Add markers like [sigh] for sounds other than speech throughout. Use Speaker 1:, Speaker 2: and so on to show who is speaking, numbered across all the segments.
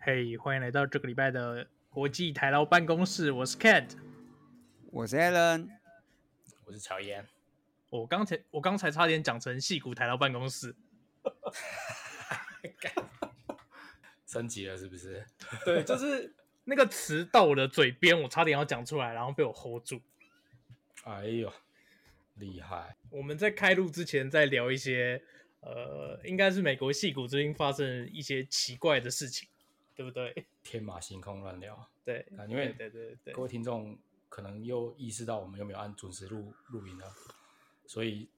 Speaker 1: 嘿欢迎来到这个礼拜的国际台劳办公室，我是 Cat。
Speaker 2: 我是 Alan，
Speaker 3: 我是乔燕，
Speaker 1: 我刚才我刚才差点讲成戏骨台劳办公室，
Speaker 3: 升级了是不是？
Speaker 1: [laughs] 对，就是那个词到我的嘴边，我差点要讲出来，然后被我 hold 住。
Speaker 3: 哎呦，厉害！
Speaker 1: 我们在开录之前再聊一些，呃，应该是美国戏骨最近发生一些奇怪的事情，对不对？
Speaker 3: 天马行空乱聊，
Speaker 1: 对，
Speaker 3: 啊因为
Speaker 1: 对对对
Speaker 3: 各
Speaker 1: 对，
Speaker 3: 位听众可能又意识到我们又没有按准时录录音了，所以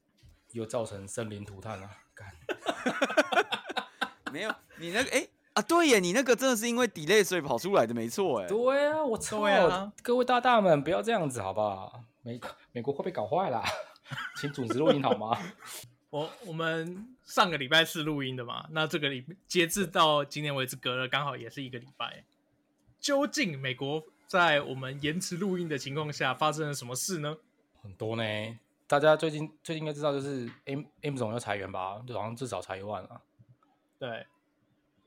Speaker 3: 又造成生灵涂炭啊！干，
Speaker 2: 没有你那个哎、啊，对耶，你那个真的是因为 delay 所以跑出来的，没错哎。
Speaker 3: 对啊，我操！
Speaker 1: 对啊
Speaker 3: 各位大大们不要这样子好不好？美美国会被搞坏啦，请准时录音好吗？ [laughs]
Speaker 1: 我我们上个礼拜是录音的嘛，那这个礼截至到今天为止隔了刚好也是一个礼拜，究竟美国在我们延迟录音的情况下发生了什么事呢？
Speaker 3: 很多呢，大家最近最近应该知道，就是 M M 总要裁员吧，就好像至少裁一万啊。
Speaker 1: 对，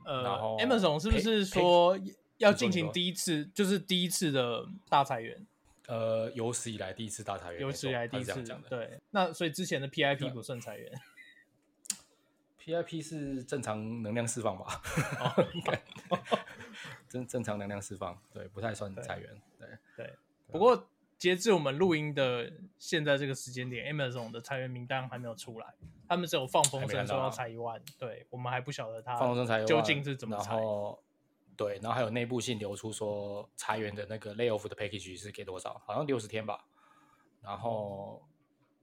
Speaker 1: 呃
Speaker 3: 然后
Speaker 1: ，Amazon 是不是
Speaker 3: 赔
Speaker 1: 说要
Speaker 3: 你说
Speaker 1: 进
Speaker 3: 你
Speaker 1: 行
Speaker 3: 说
Speaker 1: 第一次，就是第一次的大裁员？
Speaker 3: 呃，有史以来第一次大裁员，
Speaker 1: 有史以来第一
Speaker 3: 没错他
Speaker 1: 次
Speaker 3: 是这样讲的。
Speaker 1: 对，那所以之前的 PIP
Speaker 3: 对
Speaker 1: 不算裁员，
Speaker 3: PIP 是正常能量释放吧？应该正正常能量释放，对，不太算裁员。对，
Speaker 1: 对。不过截至我们录音的现在这个时间点，Amazon 的裁员名单还没有出来，他们只有放风
Speaker 3: 还没
Speaker 1: 声
Speaker 3: 看
Speaker 1: 说
Speaker 3: 到
Speaker 1: 要
Speaker 3: 啊
Speaker 1: 裁一万，对我们还不晓得他
Speaker 3: 放风声裁员
Speaker 1: 啊究竟是怎么
Speaker 3: 然
Speaker 1: 裁。
Speaker 3: 后对，然后还有内部信流出说裁员的那个 layoff 的 package 是给多少？好像六十天吧。然后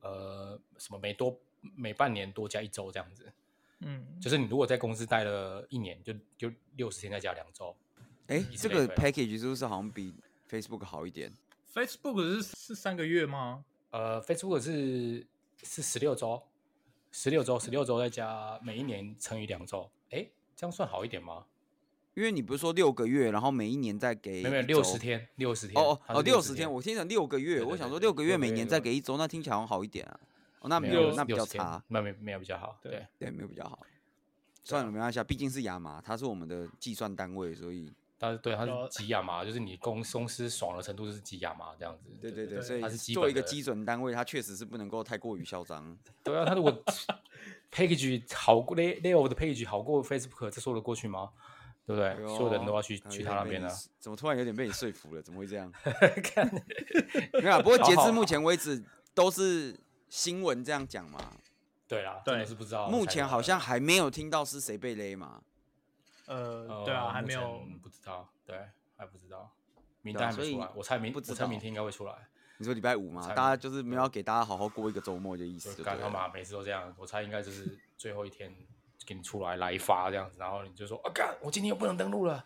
Speaker 3: 呃，什么每多每半年多加一周这样子，
Speaker 1: 嗯，
Speaker 3: 就是你如果在公司待了一年，就就六十天再加两周。
Speaker 2: 哎、
Speaker 3: 一
Speaker 2: 这
Speaker 3: 直
Speaker 2: 个
Speaker 3: 累对
Speaker 2: package 是不是好像比 Facebook 好一点？
Speaker 1: Facebook 是是三个月吗？
Speaker 3: 呃，Facebook 是是十六周，十六周，十六周再加每一年乘以两周，诶，这样算好一点吗？
Speaker 2: 因为你不是说六个月，然后每一年再给
Speaker 3: 没有没有，
Speaker 2: 一
Speaker 3: 六
Speaker 2: 周
Speaker 3: 十。天，六十天。
Speaker 2: 哦
Speaker 3: 它
Speaker 2: 哦
Speaker 3: 是
Speaker 2: 哦，六
Speaker 3: 60
Speaker 2: 十
Speaker 3: 天
Speaker 2: 天，我听成六个月，
Speaker 3: 对对
Speaker 2: 我想
Speaker 3: 对
Speaker 2: 说六个月
Speaker 3: 六个
Speaker 2: 每
Speaker 3: 月
Speaker 2: 年
Speaker 3: 六
Speaker 2: 再
Speaker 3: 个
Speaker 2: 给一周，那听起来好像好一点啊。哦，那
Speaker 3: 没
Speaker 2: 没
Speaker 3: 有
Speaker 2: 有，
Speaker 3: 60
Speaker 2: 那比较
Speaker 3: 天
Speaker 2: 差，
Speaker 3: 没有没有比较好。
Speaker 1: 对
Speaker 3: 对，
Speaker 2: 对，没有比较好。算了，没关系啊，毕竟是亚麻，它是我们的计算单位，所以
Speaker 3: 但是对它
Speaker 1: 有
Speaker 3: 是积亚麻，就是你公公司爽的程度就是积亚麻这样子。
Speaker 2: 对对
Speaker 3: 对
Speaker 2: 对，所以
Speaker 3: 它是基
Speaker 2: 作为一
Speaker 3: 本
Speaker 2: 个
Speaker 3: 的
Speaker 2: 基准单位，它确实是不能够太过于嚣张。
Speaker 3: 对啊，他如果 package 好过 lay lay off 的 package 好过 Facebook，这说得过去吗？对不对？
Speaker 2: 哎
Speaker 3: 所有人都要
Speaker 2: 呦
Speaker 3: 去
Speaker 2: 啊
Speaker 3: 去
Speaker 2: 有点
Speaker 3: 他那
Speaker 2: 被
Speaker 3: 边
Speaker 2: 你
Speaker 3: 了。
Speaker 2: 说怎么突然有点被你说服了？怎么会这样？
Speaker 3: [laughs] 看
Speaker 2: 没有啊，不过截
Speaker 3: 好
Speaker 2: 至
Speaker 3: 好
Speaker 2: 目前为止都是新闻这样讲嘛，
Speaker 3: 对啦，真的
Speaker 1: 对
Speaker 3: 是不知道。啊
Speaker 2: 目前好像还没有听到是谁被勒嘛，
Speaker 1: 呃，
Speaker 3: 呃
Speaker 1: 对啊，还
Speaker 3: 目
Speaker 1: 没
Speaker 3: 前
Speaker 1: 有。
Speaker 3: 不知道，对，还不知道，名
Speaker 2: 对啊
Speaker 3: 单还没出
Speaker 2: 所以
Speaker 3: 来，我猜明，
Speaker 2: 不知
Speaker 3: 我猜
Speaker 2: 道
Speaker 3: 明天应该会出来。
Speaker 2: 你说礼拜五嘛，
Speaker 3: 才
Speaker 2: 大家就是没有要给大家好好过一个周末的意思
Speaker 3: 就
Speaker 2: 就对
Speaker 3: 干他
Speaker 2: 了。
Speaker 3: 妈每次都这样，我猜应该就是最后一天给你出来来一发这样子，然后你就说啊干，我今天又不能登录了，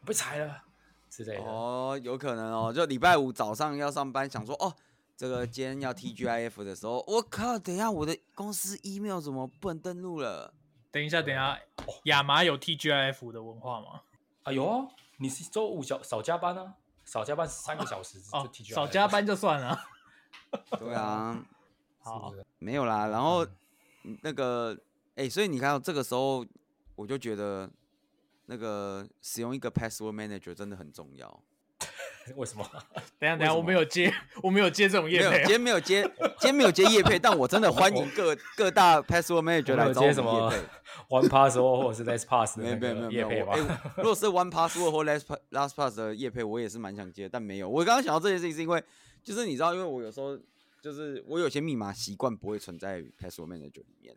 Speaker 3: 我被裁了之类的。
Speaker 2: 哦，有可能哦，就礼拜五早上要上班，想说哦，这个今天要 TGIF 的时候，我靠，等一下我的公司 email 怎么不能登录了？
Speaker 1: 等一下，等一下，亚麻有 TGIF 的文化吗？
Speaker 3: 啊有啊，你是周五小少加班啊，少加班三个小时就
Speaker 1: 哦，
Speaker 3: 提 G
Speaker 1: 少加班就算了。
Speaker 2: 对啊，
Speaker 1: 好，
Speaker 2: 没有啦，然后那个，哎、所以你看到这个时候，我就觉得那个使用一个 password manager 真的很重要。
Speaker 3: [laughs] 为什么？
Speaker 1: 等一下，等一下，
Speaker 2: 为什么
Speaker 1: 我没有接， [laughs] 我没有接这种
Speaker 2: 没
Speaker 1: 业
Speaker 2: 有，
Speaker 1: 配
Speaker 2: 今
Speaker 1: 啊。
Speaker 2: 天没有接，今天没有接叶配，但我真的欢迎各各大 password manager
Speaker 3: 我没有
Speaker 2: 来找
Speaker 3: 接
Speaker 2: 我
Speaker 3: 什
Speaker 2: 们
Speaker 3: 么
Speaker 2: 叶配。
Speaker 3: One Pass 或者是 Less Pass 的
Speaker 2: 没有
Speaker 3: 那
Speaker 2: 没有没有
Speaker 3: 个
Speaker 2: 没
Speaker 3: 业
Speaker 2: 有，
Speaker 3: 配
Speaker 2: 我
Speaker 3: 吧
Speaker 2: 哎、？如果是 One Password 或 Last Pa- Last Pass 的叶配，我也是蛮想接的，但没有。我刚刚想到这件事情，是因为就是你知道，因为我有时候就是我有些密码习惯不会存在 password manager 里面。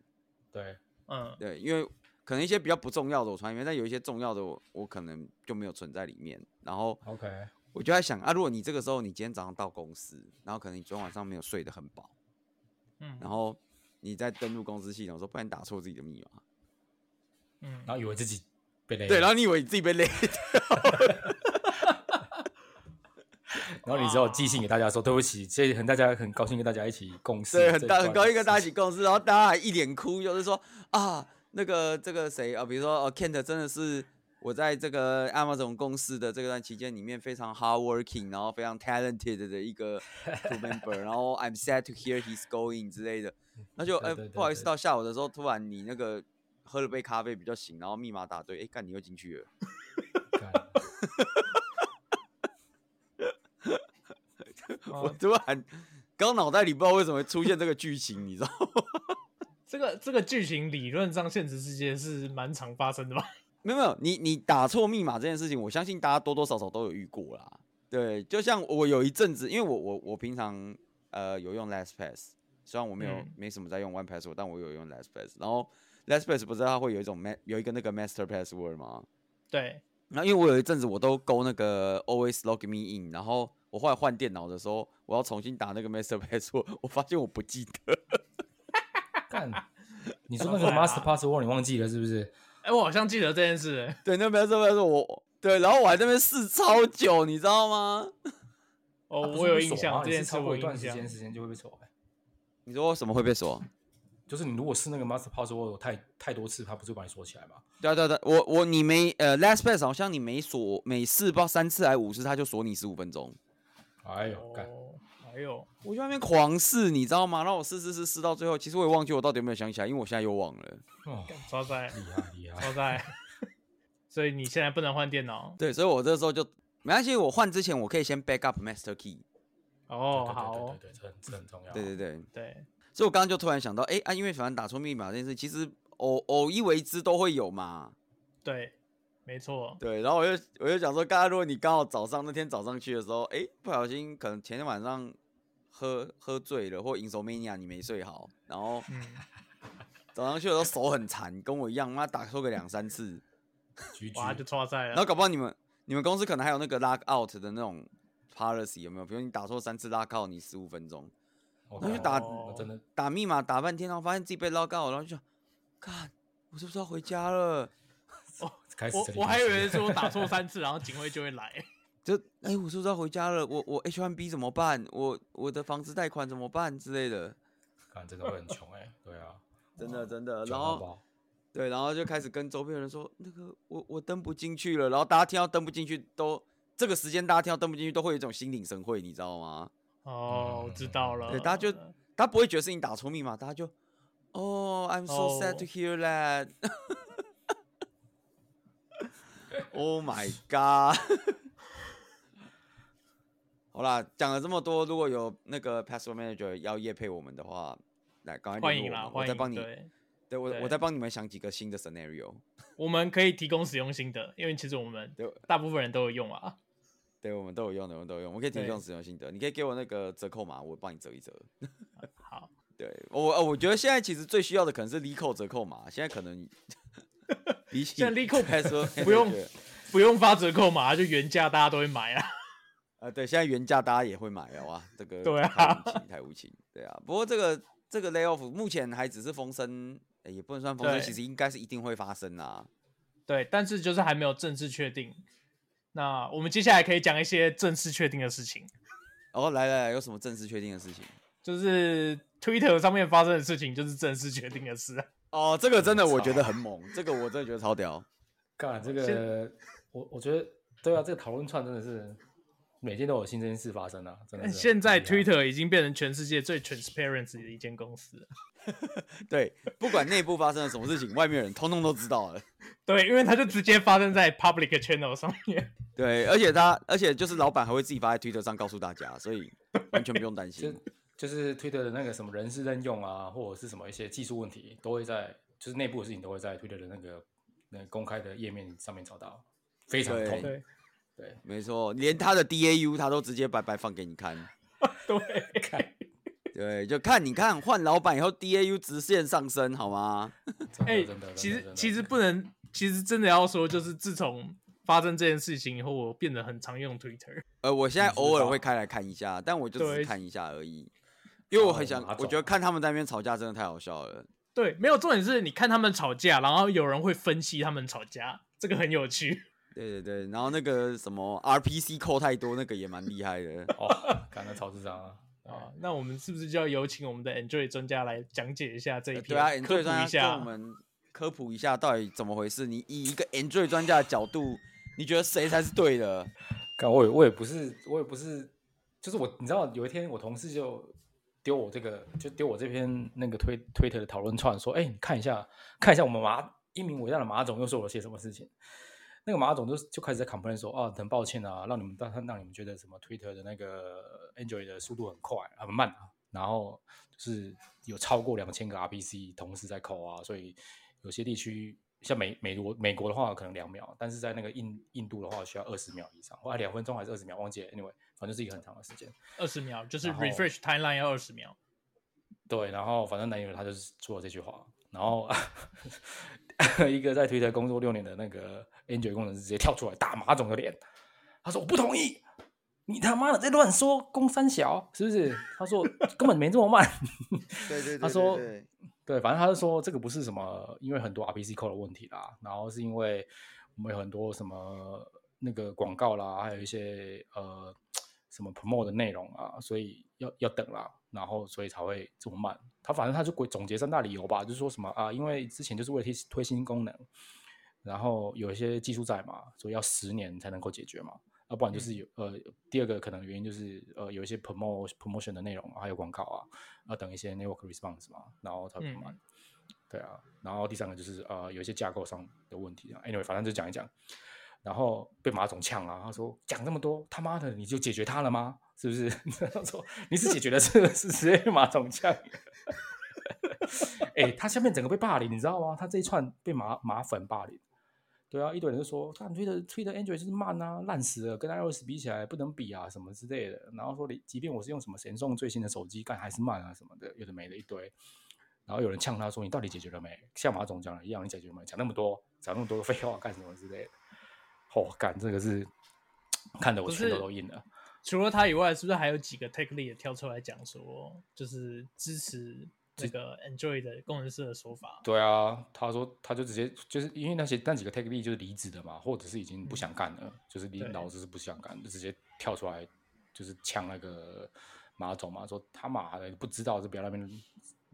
Speaker 3: 对，
Speaker 1: 嗯，
Speaker 2: 对，因为可能一些比较不重要的我传里面，但有一些重要的我我可能就没有存在里面。然后
Speaker 3: OK，
Speaker 2: 我就在想啊，如果你这个时候你今天早上到公司，然后可能你昨天晚上没有睡得很饱，
Speaker 1: 嗯
Speaker 2: 然后你再登录公司系统说，不然打错自己的密码，
Speaker 1: 嗯
Speaker 3: 然，后以为自己被雷，
Speaker 2: 对，然后你以为你自己被勒，
Speaker 3: 然后你只有寄信给大家说对不起，谢谢，很大家很高兴跟大家一起共事，
Speaker 2: 对，很大很高兴跟大家一
Speaker 3: 家。
Speaker 2: 起共事，然后大家还一脸哭，就是说啊，那个这个谁啊，比如说哦，Kent 真的是。我在这个 Amazon 公司的这段期间里面，非常 hardworking，然后非常 talented 的一
Speaker 3: [laughs]
Speaker 2: 个 crew member，然后 I'm sad to hear he's going 之类的。那就
Speaker 3: 对
Speaker 2: 哎、
Speaker 3: 对
Speaker 2: 不好
Speaker 3: 对
Speaker 2: 意思，
Speaker 3: 对
Speaker 2: 到下午的时候，突然你那个喝了杯咖啡比较醒，然后密码打对，哎、干你又进去了。
Speaker 3: 干
Speaker 2: [laughs]
Speaker 3: 哦
Speaker 2: 我
Speaker 1: 哦
Speaker 2: 突然刚脑袋里不知道为什么会出现这个剧情，你知道吗？
Speaker 1: 这个这个剧情理论上现实世界是蛮常发生的吧？ [laughs]
Speaker 2: 没有没有，你你打错密码这件事情，我相信大家多多少少都有遇过啦。对，就像我有一阵子，因为我我我平常呃有用 LastPass，虽然我没有、
Speaker 1: 嗯
Speaker 2: 没什么在用 OnePassword，但我有用 LastPass。然后 LastPass 不是它会有一种 ma 有一个那个 Master Password 吗？
Speaker 1: 对，
Speaker 2: 然后因为我有一阵子我都勾那个 Always Log Me In，然后我后来换电脑的时候，我要重新打那个 Master [laughs] Password，我发现我不记得。
Speaker 3: 干，你说那
Speaker 1: 怎么
Speaker 3: 个
Speaker 1: 办啊
Speaker 3: master password 你忘记了是不是？
Speaker 1: 哎，我好像记得这件事、哎
Speaker 2: 对，那 Master Password 我对，然后我还在那边试超久，你知道吗？
Speaker 1: 哦，
Speaker 3: 啊不是
Speaker 1: 我有
Speaker 3: 会
Speaker 1: 印
Speaker 3: 锁
Speaker 1: 象
Speaker 3: 吗
Speaker 1: 这
Speaker 3: 你
Speaker 1: 件
Speaker 3: 是
Speaker 1: 事，
Speaker 3: 超
Speaker 1: 我
Speaker 3: 过
Speaker 1: 有
Speaker 3: 一段
Speaker 1: 印
Speaker 3: 时
Speaker 1: 象
Speaker 3: 间。时间就会被锁、欸。
Speaker 2: 你说我什么会被锁？
Speaker 3: 就是你如果是那个 master password 太太多次，它不是会把你锁起来吗？
Speaker 2: 对啊对啊对啊，我我你没呃，LastPass 好像你每锁每次不知道三次还五次，他就锁你十五分钟。
Speaker 3: 哎呦，干，
Speaker 1: 哦，还有，
Speaker 2: 我就在那边狂试，你知道吗？然后我试试试试到最后，其实我也忘记我到底有没有想起来，因为我现在又忘了。
Speaker 3: 哦，
Speaker 1: 超载，
Speaker 3: 厉害厉
Speaker 1: 超
Speaker 3: 害，
Speaker 1: 载。 [laughs] 所以你现在不能换电脑
Speaker 2: 对，所以我这时候就没关系，我换之前我可以先 backup Master Key。
Speaker 1: 哦，好
Speaker 3: 对
Speaker 1: 哦
Speaker 3: 对对对对，啊这很这很重要。
Speaker 2: 对对对，
Speaker 1: 对，
Speaker 2: 所以我刚刚就突然想到，哎、啊，因为反正打错密码这件事，其实偶偶一为之都会有嘛。
Speaker 1: 对，没错，
Speaker 2: 对，然后我就我就想说，刚刚如果你刚好早上那天早上去的时候，哎、不小心可能前天晚上喝喝醉了，或 insomnia 你没睡好，然后
Speaker 1: 嗯，
Speaker 2: 早上去的时候手很残，跟我一样，妈打错个两三次，
Speaker 3: 局局
Speaker 1: 哇，就超载
Speaker 2: 然后
Speaker 1: 了。
Speaker 2: 搞不好你们你们公司可能还有那个 lock out 的那种 policy 有没有？比如你打错三次 lock out，你十五分钟，
Speaker 3: 我
Speaker 2: 然后
Speaker 3: 靠
Speaker 2: 就打
Speaker 1: 哦
Speaker 3: 我真的
Speaker 2: 打密码打半天，然后发现自己被 lock out，然后就想，看我是不是要回家了？
Speaker 3: 开始
Speaker 1: 我
Speaker 3: 这里
Speaker 1: 我还以
Speaker 3: 开始
Speaker 1: 为是我打
Speaker 3: [laughs]
Speaker 1: 错三次，然后警卫就会来。
Speaker 2: 就哎、我是不是要回家了？我哎我 H1B 怎么办？我我的房子贷款怎么办之类的？
Speaker 3: 干真的会很穷哎，对啊，
Speaker 2: 真的真的，
Speaker 3: 穷
Speaker 2: 然
Speaker 3: 到
Speaker 2: 后
Speaker 3: 爆。
Speaker 2: 对，然后就开始跟周边的人说，那个我我登不进去了，然后大家听到登不进去都。这个时间大家听到登不进去，都会有一种心领神会，你知道吗？
Speaker 1: 哦，我
Speaker 3: 嗯
Speaker 1: 知道了。
Speaker 2: 对，大家就他不会觉得是你打错密码，大家就哦、i m so sad to
Speaker 1: 哦
Speaker 2: hear that 。oh my god！好啦，讲了这么多，如果有那个 password manager 要夜配我们的话，来赶快
Speaker 1: 欢
Speaker 2: 联
Speaker 1: 迎
Speaker 2: 络
Speaker 1: 啦，
Speaker 2: 我们我
Speaker 1: 欢
Speaker 2: 再
Speaker 1: 迎。
Speaker 2: 帮你，
Speaker 1: 对，
Speaker 2: 对我
Speaker 1: 对
Speaker 2: 我再帮你们想几个新的 scenario。
Speaker 1: 我们可以提供使用心得，因为其实我们
Speaker 2: 对
Speaker 1: 大部分人都有用啊。
Speaker 2: 对，我们都有用的，我们都有用。我们可以提
Speaker 1: 对
Speaker 2: 供使用心得，你可以给我那个折扣码，我帮你折一折。
Speaker 1: 好，
Speaker 2: 对我，呃我觉得现在其实最需要的可能是立扣折扣码，现在可
Speaker 1: [laughs]
Speaker 2: 能比起
Speaker 1: 现在立扣
Speaker 2: 来说
Speaker 1: [laughs] 不用不用发折扣码，就原价大家都会买啊。
Speaker 2: 啊，对，现在原价大家也会买了哇，这个
Speaker 1: 对啊
Speaker 2: 太无情，太无情，对啊。不过这个这个 layoff 目前还只是风声，诶也不能算风声，
Speaker 1: 对
Speaker 2: 其实应该是一定会发生啊啦。
Speaker 1: 对，但是就是还没有正式确定。那我们接下来可以讲一些正式确定的事情，
Speaker 2: 哦，来来来，有什么正式确定的事情？
Speaker 1: 就是 Twitter 上面发生的事情，就是正式确定的事啊。
Speaker 2: 哦，这个
Speaker 1: [laughs]
Speaker 2: 真的我觉得很猛，这个我真的觉得超屌。
Speaker 3: 干这
Speaker 1: 现
Speaker 3: 个，我我觉得对啊，这个讨论串真的是每天都有新鲜事发生啊，真
Speaker 1: [laughs]
Speaker 3: 的是很厉害。
Speaker 1: 哎现在 Twitter 已经变成全世界最 transparent 的一间公司了。
Speaker 2: 对，不管内部发生了什么事情，外面人通通都知道了。
Speaker 1: 对，因为它就直接发生在 public channel 上面。
Speaker 2: 对，而且他，而且就是老板还会自己发在推特上告诉大家，所以完全不用担
Speaker 3: [laughs] 就
Speaker 2: 心。
Speaker 3: 就是 Twitter 的那个什么人事任用啊，或者是什么一些技术问题，都会在就是内部的事情都会在 Twitter 的那个那个公开的页面上面找到，非常
Speaker 2: 对
Speaker 3: 痛。
Speaker 1: 对
Speaker 3: 对，
Speaker 2: 没错，连他的 DAU 他都直接白白放给你看。
Speaker 1: 对，
Speaker 3: [laughs] 看，
Speaker 2: 对，就看你看换老板以后 DAU 直线上升，好吗？
Speaker 3: 真
Speaker 1: 哎、
Speaker 3: 的真的，
Speaker 1: 其实
Speaker 3: 真的真的
Speaker 1: 其实不能，其实真的要说，就是自从发生这件事情以后，我变得很常用 Twitter。
Speaker 2: 呃，我现在
Speaker 3: 你知
Speaker 2: 偶尔
Speaker 3: 道
Speaker 2: 会开来看一下，但我就只是
Speaker 1: 对
Speaker 2: 看一下而已，因为我很
Speaker 3: 哦
Speaker 2: 想
Speaker 3: 哪，
Speaker 2: 我
Speaker 3: 种
Speaker 2: 觉得
Speaker 3: 啊
Speaker 2: 看他们在那边吵架真的太好笑了。
Speaker 1: 对，没有重点是你看他们吵架，然后有人会分析他们吵架，这个很有趣。
Speaker 2: 对对对，然后那个什么 RPC 扣太多，那个也蛮厉害的。
Speaker 3: 哦，看那超智障
Speaker 1: [laughs]
Speaker 3: 啊！
Speaker 1: 啊，那我们是不是就要有请我们的 Enjoy 专家来讲解一下这一
Speaker 2: 呃
Speaker 1: 篇，
Speaker 2: 对啊
Speaker 1: 科普
Speaker 2: ，Android
Speaker 1: 一
Speaker 2: 专家
Speaker 1: 下
Speaker 2: 跟我？们科普一下到底怎么回事。你以一个 Android 专家的角度，你觉得谁才是对的？
Speaker 3: 干我也我也不是我也不是，就是我你知道有一天我同事就丢我这个就丢我这篇那个推推特的讨论串说，哎、你看一下看一下我们马英明伟大的马总又说了些什么事情，那个马总就就开始在 complain 说啊，很抱歉啊，让你们让让你们觉得什么 Twitter 的那个 Android 的速度很快啊很慢啊，然后就是有超过两千个 RPC 同时在扣啊，所以有些地区像美美国美国的话可能两秒，但是在那个印印度的话需要二十秒以上，或者两分钟还是二十秒，忘记了，anyway，反正就是一个很长的时间。
Speaker 1: 二十秒，就是
Speaker 3: 然后
Speaker 1: refresh timeline 要二十秒。
Speaker 3: 对，然后反正男友他就是说了这句话，然后 [laughs] 一个在 Twitter 工作六年的那个 Angel 工程师直接跳出来打马总的脸，他说我不同意，你他妈的在乱说，公三小是不是？他说根本没这么慢，
Speaker 2: 对对对，
Speaker 3: 他
Speaker 2: 对 [laughs]
Speaker 3: 说
Speaker 2: 对
Speaker 3: 对，反正他就说这个不是什么，因为很多 RPC 扣的问题啦，然后是因为我们有很多什么那个广告啦，还有一些呃什么 promo 的内容啊，所以要要等啦，然后所以才会这么慢。他反正他就归总结三大理由吧，就是说什么啊，因为之前就是为了推推新功能，然后有一些技术在嘛，所以要十年才能够解决嘛。要不然就是有呃，第二个可能原因就是呃，有一些 promo promotion 的内容啊，还有广告啊，要等一些 network response 嘛，然后才会慢。对啊，然后第三个就是呃，有一些架构上的问题啊。Anyway，反正就讲一讲，然后被马总呛啊了，他说讲那么多，他妈的你就解决它了吗？是不是？ [laughs] 他说你是解决了，是不是直接被马总呛。哎、他下面整个被霸凌，你知道吗？他这一串被马马粉霸凌。对啊，一堆人就说，看推的推的 Android 就是慢啊，烂死了，跟 iOS 比起来不能比啊，什么之类的。然后说你，即便我是用什么神送最新的手机，干还是慢啊，什么的，有的没的一堆。然后有人呛他说，你到底解决了没？像马总讲的一样，你解决了没？讲那么多，讲那么多废话干什么之类的。哦，干这个是看得我
Speaker 1: 不
Speaker 3: 拳头
Speaker 1: 是
Speaker 3: 都硬了。
Speaker 1: 除了他以外，是不是还有几个 tech lead 也跳出来讲说，就是支持这个 Android 的工程师的说法？
Speaker 3: 对啊，他说他就直接就是因为那些那几个 take lead 就是离职的嘛，或者是已经不想干了，就是离
Speaker 1: 对
Speaker 3: 老子是不想干，就直接跳出来就是呛那个马总嘛，说他妈的不知道就不要在那边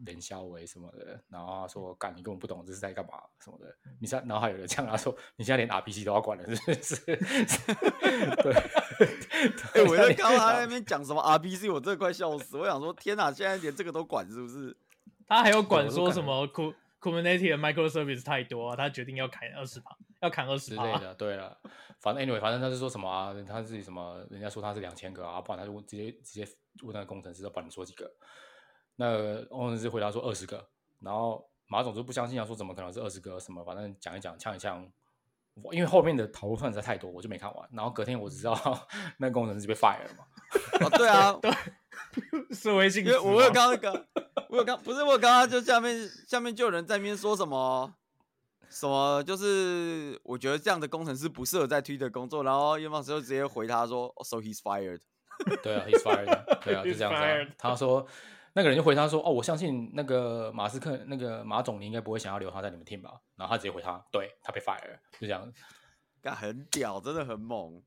Speaker 3: 冷笑为什么的，然后他说干你根本不懂这是在干嘛什么的，你现在然后还有人呛他说你现在连 RPC 都要管了是不是？ [laughs] 对，
Speaker 2: 哎、
Speaker 3: 哎
Speaker 2: 我在刚刚他在那边讲什么 RPC，我真的快笑死！我想说，天哪，现在连这个都管是不 [laughs] 是？
Speaker 1: 他还有管
Speaker 3: 对我
Speaker 1: 说
Speaker 3: 都感觉
Speaker 1: 什么 Ku- Kubernetes 的 microservice 太多啊，他决定要砍二十趴，要砍二
Speaker 3: 之
Speaker 1: 十
Speaker 3: 类
Speaker 1: 趴。 [laughs]
Speaker 3: 的。对了，反正 anyway，反正他是说什么啊？他自己什么？人家说他是两千个啊，不然他就问直接直接问那个工程师，要帮你说几个？那个工程师回答说二十个，然后马总就不相信啊，说怎么可能是二十个？什么反正讲一讲，呛一呛。我因为后面的讨论范实在太多，我就没看完。然后隔天我只知道 [laughs] 那个工程师被 fire 了嘛，
Speaker 2: 哦，对 [laughs] 啊，
Speaker 1: 社会性
Speaker 2: 因
Speaker 1: 质
Speaker 2: 为
Speaker 1: 吗，
Speaker 2: 我有刚刚那个，我有刚不是我有刚刚就下面下面就有人在那边说什么什么，就是我觉得这样的工程师不适合在 Twitter 工作，然后叶老师就直接回他说、哦 s o he's fired。
Speaker 3: 对啊，he's fired，对啊，就这样子、啊
Speaker 1: He's fired。
Speaker 3: 他说，那个人就回他说，哦，我相信那个马斯克，那个马总，你应该不会想要留他在你们 team 吧？然后他直接回他，对他被 fire，了就这样，
Speaker 2: 干很屌，真的很猛。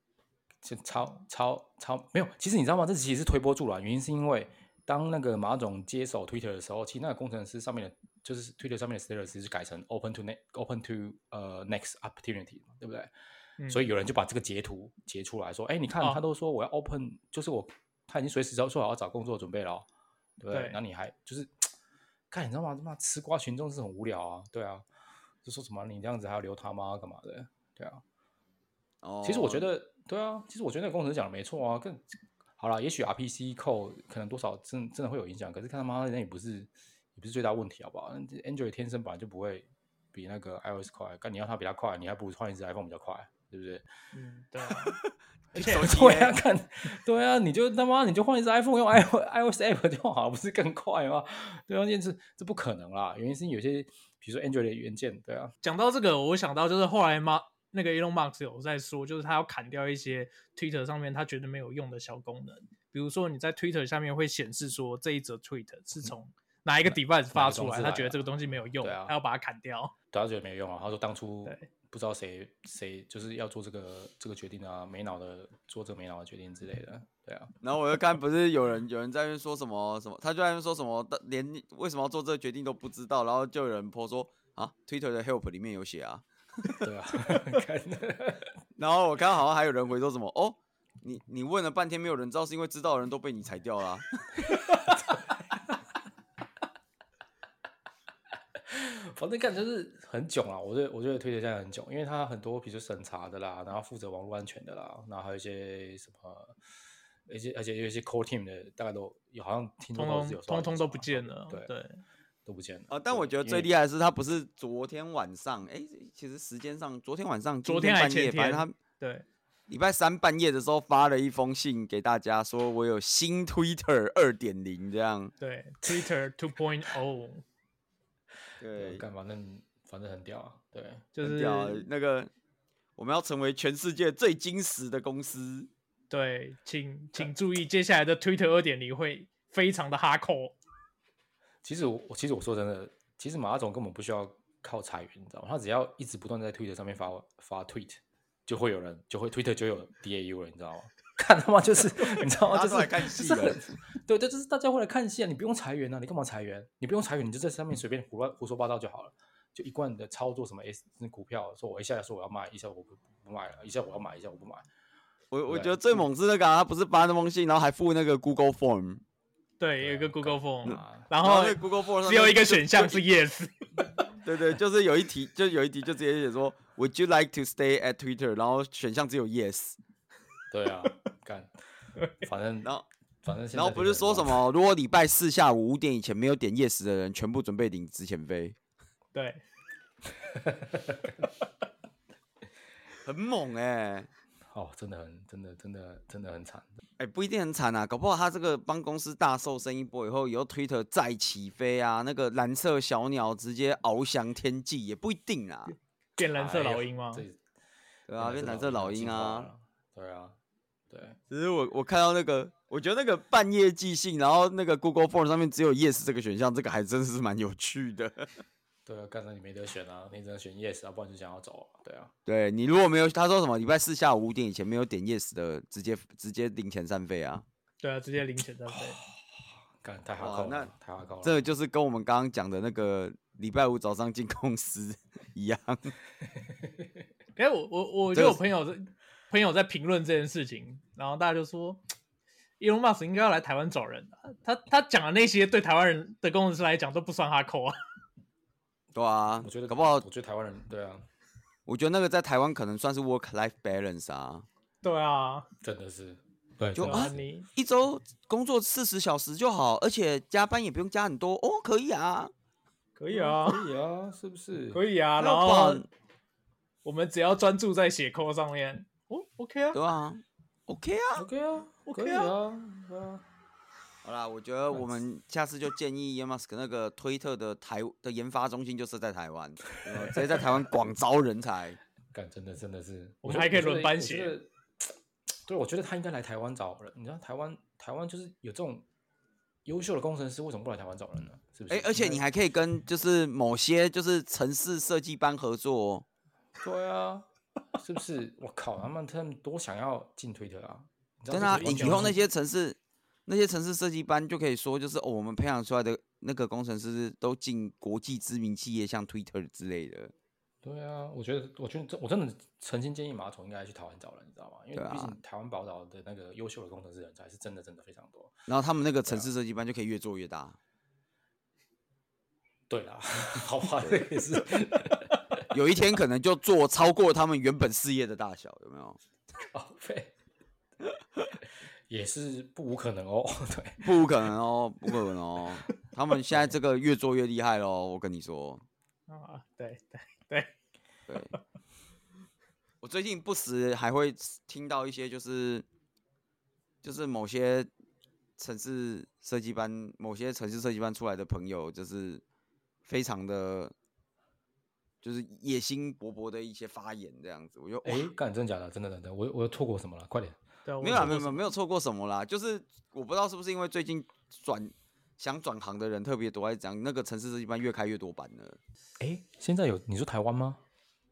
Speaker 3: 就超超超没有。其实你知道吗？这其实是推波助澜，原因是因为当那个马总接手 Twitter 的时候，其实那个工程师上面的，就是 Twitter 上面的 status 是改成 open to ne open to 呃 next opportunity 嘛，对不对？
Speaker 1: 嗯
Speaker 3: 所以有人就把这个截图截出来说：“哎、你看，
Speaker 1: 哦
Speaker 3: 他都说我要 open，就是我他已经随时要做好要找工作的准备了哦，对不对？
Speaker 1: 对
Speaker 3: 那你还就是，看你知道吗？他妈吃瓜群众是很无聊啊，对啊，就说什么你这样子还要留他吗？干嘛的？对啊，
Speaker 2: 哦，
Speaker 3: 其实我觉得，对啊，其实我觉得那个工程师讲的没错啊，更好啦，也许 RPC 扣可能多少真真的会有影响，可是看他妈的那也不是也不是最大问题，好不好那这？Android 天生本来就不会比那个 iOS 快，但你要它比它快，你还不如换一只 iPhone 比较快，对 [laughs] 不对？
Speaker 1: 嗯，对啊，而且
Speaker 2: 手机
Speaker 3: 对啊，
Speaker 2: 耶
Speaker 3: 看，对啊，你就他妈你就换一只 iPhone [laughs] 用 i iOS app 就好，不是更快吗？对啊，键是这不可能啦，原因是有些比如说 Android 的元件，对啊，
Speaker 1: 讲到这个，我想到就是后来马那个 Elon Musk 有在说，就是他要砍掉一些 Twitter 上面他觉得没有用的小功能，比如说你在 Twitter 下面会显示说这一则 tweet 是从哪一个 device 发出
Speaker 3: 公
Speaker 1: 来，
Speaker 3: 司
Speaker 1: 他
Speaker 3: 来
Speaker 1: 觉得
Speaker 3: 的
Speaker 1: 这个东西没有用，
Speaker 3: 对啊
Speaker 1: 他要把它砍掉。
Speaker 3: 对他觉得没有用啊。他说当初
Speaker 1: 对
Speaker 3: 不知道谁谁就是要做这个这个决定啊，没脑的做这个没脑的决定之类的。对啊，
Speaker 2: 然后我又看，不是有人有人在那边说什么什么，他就在那边说什么，但连你为什么要做这个决定都不知道，然后就有人 po 说啊，Twitter 的 help 里面有写啊，
Speaker 3: 对啊， [laughs] 看
Speaker 2: 然后我看好像还有人回说什么哦，你你问了半天没有人知道，是因为知道的人都被你裁掉了啊、
Speaker 3: 反正干就是很囧啊！我对我觉得推特现在很囧，因为它很多，比如说审查的啦，然后负责网络安全的啦，然后还有一些什么，而且而且有一些 core team 的，大概都有，好像听说
Speaker 1: 通
Speaker 3: 都是
Speaker 1: 通
Speaker 3: 有受到
Speaker 1: 通
Speaker 3: 影
Speaker 1: 通都
Speaker 3: 响
Speaker 1: 不
Speaker 3: 啊
Speaker 1: 见了。
Speaker 3: 对，
Speaker 1: 对，
Speaker 3: 都不见了。
Speaker 2: 啊、但我
Speaker 3: 对
Speaker 2: 觉得
Speaker 3: 因
Speaker 2: 最
Speaker 3: 为
Speaker 2: 厉害的是，他不是昨天晚上，哎、其实时间上，昨天晚上，今
Speaker 1: 昨天还
Speaker 2: 半
Speaker 1: 前
Speaker 2: 夜，反正
Speaker 1: 天
Speaker 2: 他
Speaker 1: 对，
Speaker 2: 礼拜三半夜的时候发了一封信给大家，说我有新 Twitter 二点零这样。
Speaker 1: 对，Twitter oh，2.0
Speaker 2: 对，
Speaker 3: 啊干反正反正很屌啊，对，
Speaker 1: 就
Speaker 2: 很屌啊
Speaker 1: 是
Speaker 2: 那个，我们要成为全世界最金石的公司。
Speaker 1: 对，请请注意，接下来的 Twitter 2.0会非常的哈扣。
Speaker 3: 其实我我其实我说真的，其实马总根本不需要靠裁员，你知道吗？他只要一直不断在 Twitter 上面发发 tweet，就会有人就会 Twitter 就有 DAU 了，你知道吗？ [laughs] 看他妈就是你知道吗？
Speaker 2: 大家
Speaker 3: 哦就
Speaker 2: 都来
Speaker 3: 是
Speaker 2: 看
Speaker 3: 就
Speaker 2: 戏
Speaker 3: 是
Speaker 2: 了
Speaker 3: 很对对，就是大家会来看戏啊！你不用裁员啊，你干嘛裁员？你不用裁员，你就在上面随便胡乱胡说八道就好了。就一贯的操作什么 S 那股票，说我一下说我要卖，一下我不不卖了，一下我要买，一下我不买。
Speaker 2: 我我觉
Speaker 3: 对
Speaker 2: 得最猛是那个、啊，他不是发那封信，然后还附那个 Google Form，
Speaker 1: 对，有一个
Speaker 3: 对
Speaker 1: Google
Speaker 2: 嗯
Speaker 1: Form，
Speaker 3: 啊，
Speaker 1: 然
Speaker 2: 后
Speaker 1: 后
Speaker 2: 那 Google Form 上
Speaker 1: 只有
Speaker 2: 面
Speaker 1: 一个
Speaker 2: 就
Speaker 1: 选项是 Yes。
Speaker 2: 对对，就是有一题，就有一题就直接写说 Would you like to stay at Twitter？然后选项只有 Yes，
Speaker 3: 对啊，
Speaker 2: [laughs]
Speaker 3: 干，反正
Speaker 2: 然后
Speaker 3: 反正现
Speaker 2: 然后
Speaker 3: 在
Speaker 2: 不
Speaker 3: 就是
Speaker 2: 说什
Speaker 3: 乱
Speaker 2: 么如果礼拜四下午五点以前没有点 Yes 的人，全部准备领值钱费，
Speaker 1: 对，
Speaker 2: 很猛哎、欸。
Speaker 3: 哦，真的很，真的，真的，真的很惨。
Speaker 2: 哎、不一定很惨啊，搞不好他这个帮公司大瘦身一波以后，以后 Twitter 再起飞啊，那个蓝色小鸟直接翱翔天际也不一定啊，
Speaker 1: 变蓝色
Speaker 3: 哎呀
Speaker 1: 老鹰吗？
Speaker 3: 这
Speaker 2: 对啊，变蓝色老鹰啊，。
Speaker 3: 对啊，对，
Speaker 2: 只是我我看到那个，我觉得那个半夜寄信，然后那个 Google Form 上面只有 Yes 这个选项，这个还真是蛮有趣的。 [laughs]
Speaker 3: 对啊，干啥你没得选啊，你只能选 yes，要不然就想要走啊。对啊，
Speaker 2: 对你如果没有，他说什么礼拜四下午五点以前没有点 Yes 的，直接直接零钱散费啊，
Speaker 1: 对啊，直接零
Speaker 2: [clears throat]
Speaker 1: 选战费。
Speaker 3: 干太
Speaker 2: 哇
Speaker 3: 哈扣
Speaker 2: 那
Speaker 3: 了，太哈扣了。
Speaker 2: 这就是跟我们刚刚讲的那个礼拜五早上进公司 [laughs] 一样。
Speaker 1: 哎，我我我
Speaker 2: 这
Speaker 1: 就
Speaker 2: 个
Speaker 1: 有
Speaker 2: 是
Speaker 1: 朋友在朋友在评论这件事情，然后大家就说，Elon Musk 应该要来台湾找人啊。他他讲的那些对台湾人的工程师来讲都不算哈扣啊。 [laughs]
Speaker 2: 对啊，
Speaker 3: 我觉得
Speaker 2: 搞不好
Speaker 3: 我，觉得台湾人对啊，
Speaker 2: 我觉得那个在台湾可能算是 work life balance 啊，
Speaker 1: 对啊，
Speaker 3: 真的是对，
Speaker 2: 就
Speaker 1: 对
Speaker 3: 真的
Speaker 1: 啊
Speaker 2: 啊，
Speaker 3: 是
Speaker 1: 你
Speaker 2: 一周工作四十小时就好，而且加班也不用加很多哦，可以啊，
Speaker 1: 可以啊，
Speaker 3: 可以啊，是不是？
Speaker 1: 可以啊。
Speaker 2: 那
Speaker 1: 然
Speaker 2: 不好
Speaker 1: 后我们只要专注在写 code 上面，哦，OK 啊，
Speaker 2: 对啊，OK 啊。
Speaker 3: ，OK 啊，
Speaker 1: OK
Speaker 3: 可以
Speaker 1: 啊
Speaker 3: 啊，对啊。
Speaker 2: 好啦，我觉得我们下次就建议 e m a s k 那个推特的台的研发中心就是在台湾，有没有直接在台湾广招人才。
Speaker 3: 干，真的真的是，
Speaker 1: 我们
Speaker 3: 觉得
Speaker 1: 还可以
Speaker 3: 我觉得
Speaker 1: 轮班
Speaker 3: 我觉
Speaker 1: 写
Speaker 3: 得对，我觉得他应该来台湾找人。你知道台湾台湾就是有这种优秀的工程师，为什么不来台湾找人呢？ [laughs] 是不是？
Speaker 2: 哎、而且
Speaker 3: 应
Speaker 2: 你
Speaker 3: 该
Speaker 2: 还可以跟就是某些就是城市设计班合作哦。
Speaker 3: 对啊，是不是？我靠，他们他们多想要进推特啊！你知
Speaker 2: 真
Speaker 3: 道这
Speaker 2: 的、啊，
Speaker 3: 个
Speaker 2: 以
Speaker 3: 完全
Speaker 2: 以后
Speaker 3: 是
Speaker 2: 那些城市那些城市设计班就可以说就是哦，我们培养出来的那个工程师都进国际知名企业，像 Twitter 之类的。
Speaker 3: 对啊，我觉得，我觉得这我真的诚心建议马总应该去台湾找人，你知道吗？因为
Speaker 2: 对
Speaker 3: 毕
Speaker 2: 啊
Speaker 3: 竟台湾宝岛的那个优秀的工程师人才是真的真的非常多。
Speaker 2: 然后他们那个城市设计班就可以越做越大，
Speaker 3: 对啦，好吧，这个也是
Speaker 2: 有一天可能就做超过他们原本事业的大小，有没有？
Speaker 3: 好费，也是不无可能哦。对，
Speaker 2: 不可能哦，不可能哦！他们现在这个越做越厉害喽，我跟你说。
Speaker 1: 啊，对对对，
Speaker 2: 对，我最近不时还会听到一些就是就是某些城市设计班、某些城市设计班出来的朋友，就是非常的，就是野心勃勃的一些发言这样子，我就哇
Speaker 3: 哎，干，真的假的？真的真的，我我又错过什么了？快点！
Speaker 1: 对啊，我
Speaker 2: 没有啦，
Speaker 1: 做
Speaker 2: 没
Speaker 1: 过
Speaker 2: 有没有没有错过什么啦，就是我不知道是不是因为最近转想转行的人特别多，还是怎样，那个城市设计班越开越多版了。
Speaker 3: 哎，现在有你说台湾吗？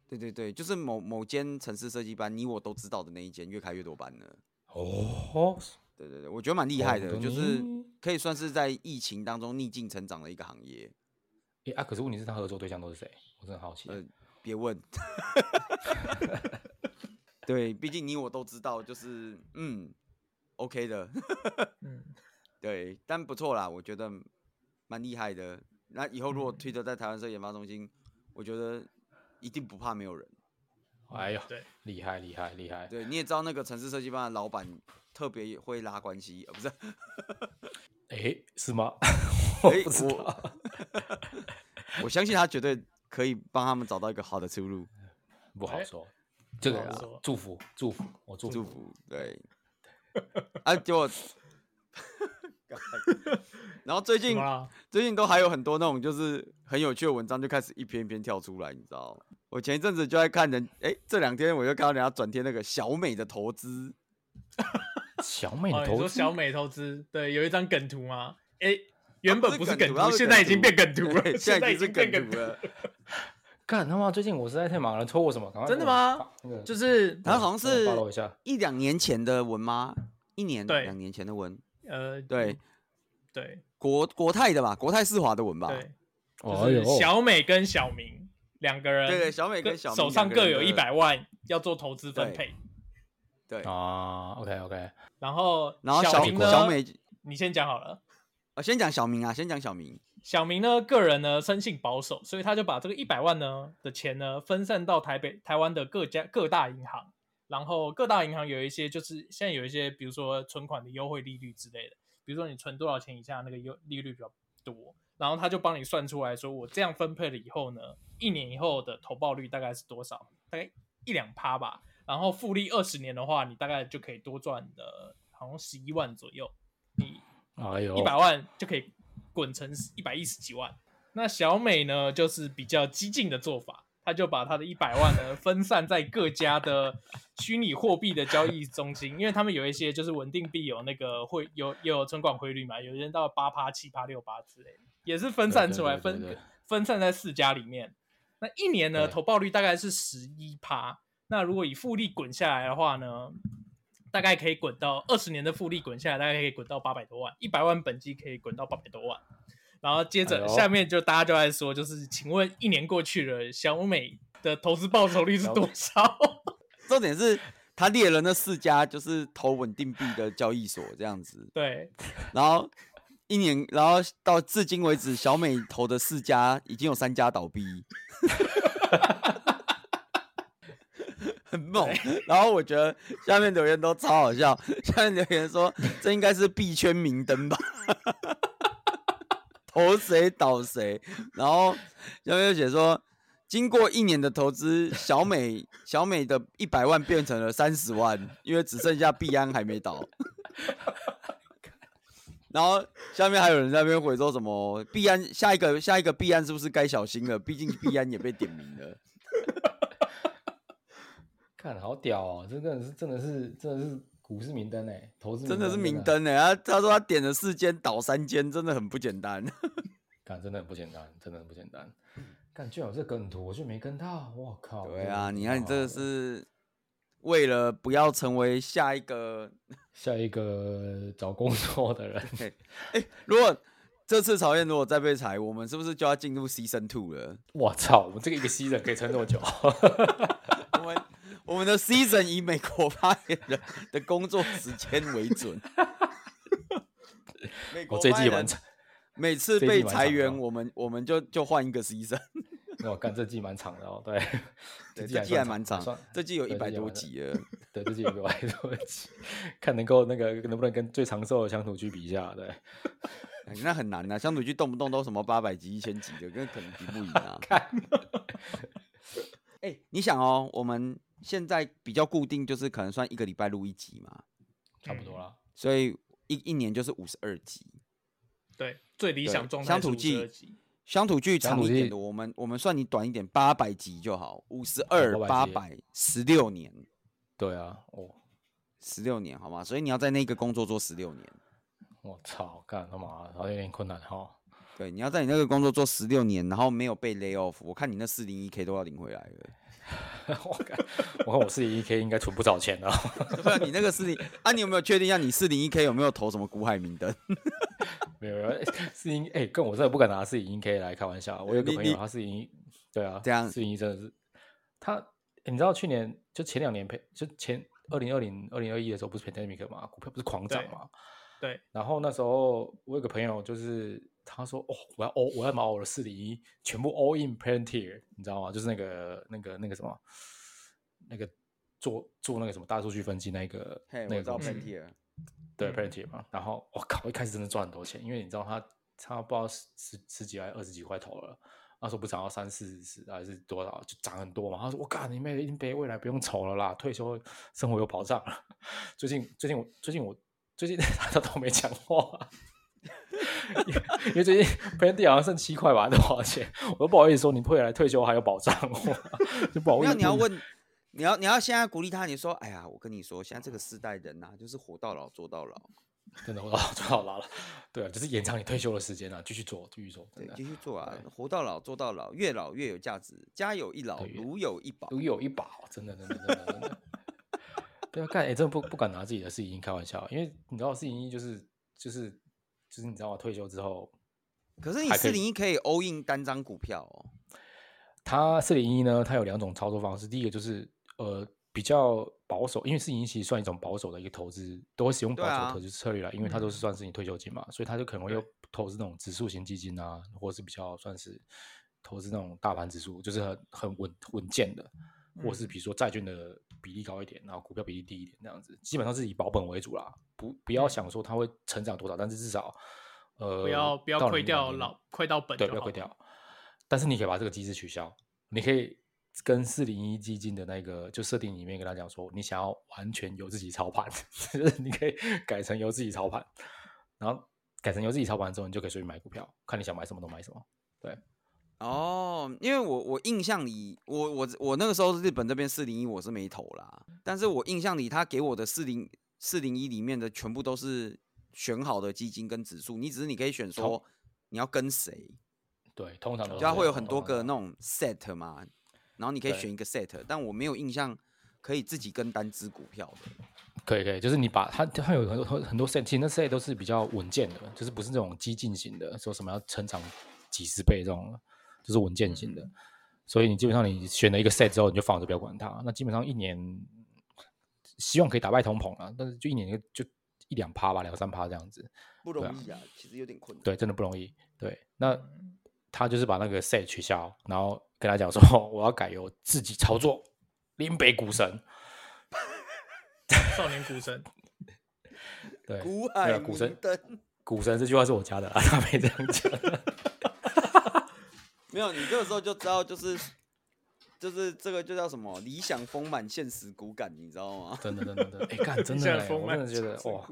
Speaker 2: 对对对，就是某某间城市设计班，你我都知道的那一间，越开越多班了。
Speaker 3: 哦，
Speaker 2: 对对对，我觉得蛮厉害的，
Speaker 3: 懂
Speaker 2: 就是
Speaker 3: 你
Speaker 2: 可以算是在疫情当中逆境成长的一个行业。
Speaker 3: 哎啊，可是问题是他合作对象都是谁？我真的好奇。
Speaker 2: 呃别问， [laughs] 对，毕竟你我都知道，就是嗯，OK 的， [laughs]
Speaker 1: 嗯，
Speaker 2: 对，但不错啦，我觉得蛮厉害的。那以后如果 Twitter 在台湾设研发中心，我觉得一定不怕没有人。
Speaker 3: 哎呦，
Speaker 1: 对，
Speaker 3: 厉害厉害厉害！
Speaker 2: 对，你也知道那个城市设计班的老板特别会拉关系，呃，不是？
Speaker 3: 哎，是吗？ [laughs] 我
Speaker 2: 哎
Speaker 3: 不知道。
Speaker 2: 我我相信他绝对可以帮他们找到一个好的出路。
Speaker 3: 不好
Speaker 1: 哎
Speaker 3: 说，这
Speaker 1: 不好
Speaker 3: 个
Speaker 1: 说
Speaker 3: 祝福祝福我祝
Speaker 2: 祝
Speaker 3: 福，
Speaker 2: 福，对。啊，
Speaker 1: [laughs]
Speaker 2: 结果， [laughs] 然后最
Speaker 1: 怎
Speaker 2: 近
Speaker 1: 么啊啦？
Speaker 2: 最近都还有很多那种就是很有趣的文章，就开始一篇一篇跳出来，你知道吗？我前一阵子就在看人，哎、这两天我就看到人家转贴那个小美的
Speaker 1: [laughs]
Speaker 2: 投资，
Speaker 3: 小美
Speaker 1: 哦，
Speaker 3: 的
Speaker 1: 你
Speaker 3: 哎投
Speaker 1: 说
Speaker 3: 资
Speaker 1: 小美投资，对，有一张梗图吗？哎，原本
Speaker 2: 啊
Speaker 1: 不
Speaker 2: 不是
Speaker 1: 是
Speaker 2: 梗
Speaker 1: 梗
Speaker 2: 图它
Speaker 1: 图，
Speaker 2: 是
Speaker 1: 现
Speaker 2: 梗
Speaker 1: 在已经
Speaker 2: 图
Speaker 1: 变梗图
Speaker 2: 对
Speaker 1: 了， [laughs]
Speaker 2: 现在
Speaker 1: 在
Speaker 2: 已
Speaker 1: 已
Speaker 2: 经
Speaker 1: 经
Speaker 2: 更
Speaker 1: 变梗
Speaker 2: 毒
Speaker 1: 图。
Speaker 2: 了。
Speaker 3: 干他妈！最近我实在太忙了，戳我什么？赶快
Speaker 1: 真的
Speaker 3: 给我
Speaker 1: 吗
Speaker 3: 发？那个
Speaker 1: 就是
Speaker 2: 他好像
Speaker 3: 帮我
Speaker 2: 是
Speaker 3: follow 一下
Speaker 2: 一两年前的文吗？一年
Speaker 1: 对
Speaker 2: 两年前的文，
Speaker 1: 呃，
Speaker 2: 对，
Speaker 1: 对
Speaker 2: 国国泰的吧，国泰世华的文吧。
Speaker 1: 对，
Speaker 3: 哦
Speaker 1: 就是
Speaker 3: 哎呦
Speaker 1: 小美跟小明两个人，
Speaker 2: 对小美跟
Speaker 1: 各
Speaker 2: 小明
Speaker 1: 手上
Speaker 2: 两个
Speaker 1: 各
Speaker 2: 人
Speaker 1: 有
Speaker 2: 的
Speaker 1: 一百万，要做投资分
Speaker 2: 对
Speaker 1: 配。
Speaker 2: 对，
Speaker 3: 啊，OK OK，
Speaker 1: 然后
Speaker 2: 然后小
Speaker 1: 明呢？
Speaker 2: 小美，
Speaker 1: 你先讲好了。
Speaker 2: 呃，先讲小明啊，先讲小明。
Speaker 1: 小明呢，个人呢生性保守，所以他就把这个一百万呢的钱呢分散到台北、台湾的各家各大银行，然后各大银行有一些就是现在有一些，比如说存款的优惠利率之类的，比如说你存多少钱以下，那个优利率比较多，然后他就帮你算出来说，我这样分配了以后呢，一年以后的投报率大概是多少？大概一两趴吧。然后复利二十年的话，你大概就可以多赚的，好像十一万左右。
Speaker 3: 哎呦，
Speaker 1: 一百万就可以滚成一百一十几万。那小美呢，就是比较激进的做法，她就把她的一百万呢分散在各家的虚拟货币的交易中心，因为他们有一些就是稳定币有那个汇有有存款汇率嘛，有人到八趴、七趴、六趴之类的，也是分散出来
Speaker 3: 对对
Speaker 1: 分
Speaker 3: 对对对
Speaker 1: 分散在四家里面。那一年呢，
Speaker 3: 对
Speaker 1: 投报率大概是十一趴。那如果以复利滚下来的话呢，大概可以滚到二十年的复利滚下来，大概可以滚到八百多万，一百万本金可以滚到八百多万。然后接
Speaker 3: 哎
Speaker 1: 着
Speaker 3: 呦
Speaker 1: 下面就大家就在说，就是请问一年过去了，小美的投资报酬率是多少？ [laughs]
Speaker 2: 重点是他列了那四家就是投稳定币的交易所这样子，
Speaker 1: 对
Speaker 2: 然后一年，然后到至今为止，小美投的四家已经有三家倒闭， [laughs] 很猛。然后我觉得下面留言都超好笑，下面留言说这应该是币圈明灯吧。投谁倒谁，然后下面又写说，经过一年的投资，小美小美的一百万变成了三十万，因为只剩下币安还没倒。然后下面还有人在那边回说什么币安下一个下一个币安是不是该小心了？毕竟币安也被点名
Speaker 3: [laughs]
Speaker 2: 了。
Speaker 3: 看好屌哦，这个是真的是真的是股市明灯哎，投资
Speaker 2: 真的是明
Speaker 3: 啊，
Speaker 2: 灯呢、他他说他点了四间倒三间，真的很不简单。
Speaker 3: 看真的很不简单，真的很不简单。干居然有这梗图，我就没跟到，我靠！
Speaker 2: 对
Speaker 3: 真的
Speaker 2: 啊，
Speaker 3: 不知
Speaker 2: 你看你
Speaker 3: 道
Speaker 2: 这
Speaker 3: 啊
Speaker 2: 个是为了不要成为下一个，
Speaker 3: 下一个找工作的人，
Speaker 2: 如果这次曹燕如果再被裁，我们是不是就要进入 season two 了？
Speaker 3: 我操！我们这个一个 C 人可以撑这
Speaker 2: [laughs]
Speaker 3: 么久，
Speaker 2: 我们我们的 season 以美国发言人的工作时间为
Speaker 3: [laughs]
Speaker 2: 准。美
Speaker 3: 我
Speaker 2: 国
Speaker 3: 这一
Speaker 2: 发
Speaker 3: 季
Speaker 2: 言
Speaker 3: 蛮
Speaker 2: 人
Speaker 3: 惨，
Speaker 2: 每次
Speaker 3: 这一季
Speaker 2: 被
Speaker 3: 蛮
Speaker 2: 裁
Speaker 3: 长的
Speaker 2: 员，
Speaker 3: 哦
Speaker 2: 我们我们就就换一个
Speaker 3: [laughs]
Speaker 2: season。
Speaker 3: 我干这季蛮长的哦，对， [laughs]
Speaker 2: 对，
Speaker 3: 季
Speaker 2: 这季还
Speaker 3: 算
Speaker 2: 蛮长
Speaker 3: 算，
Speaker 2: 这季有一
Speaker 3: 对这
Speaker 2: 百
Speaker 3: 季还
Speaker 2: 多
Speaker 3: 蛮长
Speaker 2: 集了。
Speaker 3: 对，自己有个爱多集，看能够那个能不能跟最长寿的乡土剧比一下，对，。
Speaker 2: 哎那很难呐、乡土剧动不动都什么八百集、一千集的，跟可能比不赢啊
Speaker 3: [laughs] 看，
Speaker 2: 哎、你想哦，我们现在比较固定，就是可能算一个礼拜录一集嘛，
Speaker 3: 差不多啦。
Speaker 2: 所以一一年就是五十二集。
Speaker 1: 对，最理想状态是
Speaker 2: 乡土
Speaker 1: 52
Speaker 2: 剧
Speaker 1: 集，
Speaker 2: 乡土剧
Speaker 3: 乡
Speaker 2: 长
Speaker 3: 土
Speaker 2: 一点
Speaker 3: 剧
Speaker 2: 的，我们我们算你短一点，八百集就好，五
Speaker 3: 哦
Speaker 2: 十二八
Speaker 3: 800
Speaker 2: 百十六年，
Speaker 3: 对啊，我
Speaker 2: 十六年好吗？所以你要在那个工作做十六年，
Speaker 3: 我操，干他妈，然后有点困难哦哈。
Speaker 2: 对，你要在你那个工作做十六年，然后没有被 lay off，我看你那四零一 k 都要领回来了。
Speaker 3: [laughs]
Speaker 2: 欸 [laughs]
Speaker 3: 我看，我看我是一 k 应该存不少钱的哦，
Speaker 2: 不然你那个四零啊，你有没有确定一下你四零一 k 有没有投什么股海明 [laughs] 灯？
Speaker 3: 没有没有，是因哎， [laughs] 跟我真的不敢拿是一 k 来开玩笑。我有个
Speaker 2: 你
Speaker 3: 朋友
Speaker 2: 你
Speaker 3: 他是银，对啊，
Speaker 2: 这样
Speaker 3: 是银真的是他，诶你知道去年就前两年赔，就前二零二零二零二一的时候不是 pandemic 嘛，股票不是狂涨
Speaker 1: 对
Speaker 3: 嘛，
Speaker 1: 对，
Speaker 3: 然后那时候我有个朋友，就是他说哦，我要 all，我要把我的四零一全部 all in Palantir，你知道吗？就是那个那个那个什么，那个做做那个什么大数据分析那个
Speaker 2: 嘿，我知
Speaker 3: 那个
Speaker 2: 道
Speaker 3: 公司
Speaker 1: 嗯
Speaker 2: Plenty 了，
Speaker 3: 对
Speaker 1: 嗯
Speaker 3: Palantir 嘛。然后我靠，一开始真的赚很多钱，因为你知道他他不知道十十十几块二十几块投了。那时候不涨到三四十还是多少，就涨很多嘛。他说：“我干，你妹的，英杯未来不用愁了啦，退休生活有保障了。” [laughs] 最近最近我最近我最近 [laughs] 他都没讲话，因为因为
Speaker 2: [laughs]
Speaker 3: 最近 Plenty 好像剩七块吧，还是多少钱？我都不好意思说你未来退休还有保障哦， [laughs] 就不好意
Speaker 2: 没有
Speaker 3: 思。
Speaker 2: 你要问，你要你要现在鼓励他，你说，哎呀，我跟你说，现在这个世代人呐、就是活到老做到老，
Speaker 3: 真的，我老做好拉了。对啊，就是延长你退休的时间啊，继续做，继续做，真
Speaker 2: 对，
Speaker 3: 的
Speaker 2: 继续做啊
Speaker 3: 对，
Speaker 2: 活到老做到老，越老越有价值，家有一老，
Speaker 3: 对越
Speaker 2: 如有一宝。
Speaker 3: 如有一宝，真的，真的，真的，真的。不要干，哎、真的不不敢拿自己的事情开玩笑，啊因为你知道事情一就是就是就是你知道吗？退休之后，
Speaker 2: 可是你
Speaker 3: 还可
Speaker 2: 四
Speaker 3: 以
Speaker 2: 零一可以 all in 单张股票哦，
Speaker 3: 它四零一呢，它有两种操作方式，第一个就是呃比较保守，因为四零一其实算一种保守的一个投资，都会使用
Speaker 2: 对
Speaker 3: 保守
Speaker 2: 啊
Speaker 3: 投资策略啦，因为它都是
Speaker 1: 嗯
Speaker 3: 算是你退休金嘛，所以它就可能会
Speaker 1: 对
Speaker 3: 用投资那种指数型基金啊，或者是比较算是投资那种大盘指数，就是很很稳稳健的，或者是
Speaker 1: 嗯
Speaker 3: 比如说债券的比例高一点，然后股票比例低一点这样子，基本上是以保本为主啦，不不要
Speaker 1: 嗯
Speaker 3: 想说它会成长多少，但是至少呃
Speaker 1: 不要不要
Speaker 3: 到
Speaker 1: 亏
Speaker 3: 你那个
Speaker 1: 掉
Speaker 3: 年龄
Speaker 1: 老亏到本
Speaker 3: 对，
Speaker 1: 就
Speaker 3: 不要
Speaker 1: 好
Speaker 3: 亏
Speaker 1: 了
Speaker 3: 掉。但是你可以把这个机制取消，你可以跟四零一基金的那个就设定里面跟他讲说，你想要完全由自己操盘， [laughs] 就是你可以改成由自己操盘，然后改成由自己操盘之后，你就可以随便买股票，看你想买什么都买什么。
Speaker 2: 哦，因为我我印象里，我我我那个时候日本这边四零一我是没投啦，但是我印象里他给我的四零四零一里面的全部都是选好的基金跟指数，你只是你可以选说你要跟谁，
Speaker 3: 对，通常都
Speaker 2: 就是它
Speaker 3: 这
Speaker 2: 会有
Speaker 3: 样
Speaker 2: 很
Speaker 3: 通
Speaker 2: 多
Speaker 3: 常
Speaker 2: 个
Speaker 3: 都
Speaker 2: 那种 set 嘛，然后你可以
Speaker 3: 哦对
Speaker 2: 选一个 set，但我没有印象可以自己跟单只股票的。
Speaker 3: 可以可以，就是你把它它有很多很多 set，其实那 set 都是比较稳健的，就是不是那种激进型的，说什么要成长几十倍这种，就是稳健型的。所以你基本上你选了一个 set 之后，你就放着不要管它。那基本上一年希望可以打败通膨啊，但是就一年就就一两趴吧，两三趴这样子。
Speaker 2: 不
Speaker 3: 对啊
Speaker 2: 容易啊，其实有点困难。
Speaker 3: 对，真的不容易。对，那他就是把那个 set 取消，然后跟他讲说 [laughs] 我要改由自己操作，林北股神。
Speaker 1: 少年股神，
Speaker 3: 对，
Speaker 2: 古
Speaker 3: 对啊
Speaker 2: 海
Speaker 3: 股
Speaker 2: 明
Speaker 3: 神
Speaker 2: 灯，
Speaker 3: 股神这句话是我加的啊， [laughs] 他没这样讲。
Speaker 2: 没有，你这个时候就知道，就是就是这个就叫什么理想丰满，现实骨感，你知道吗？
Speaker 3: [laughs] 真的，真的，真
Speaker 2: [laughs]
Speaker 3: 的，哎、干，真
Speaker 1: 一
Speaker 3: 的
Speaker 1: 下
Speaker 3: 嘞，
Speaker 1: 风
Speaker 3: 我
Speaker 1: 脉
Speaker 3: 真的觉得
Speaker 1: 产
Speaker 3: 哇，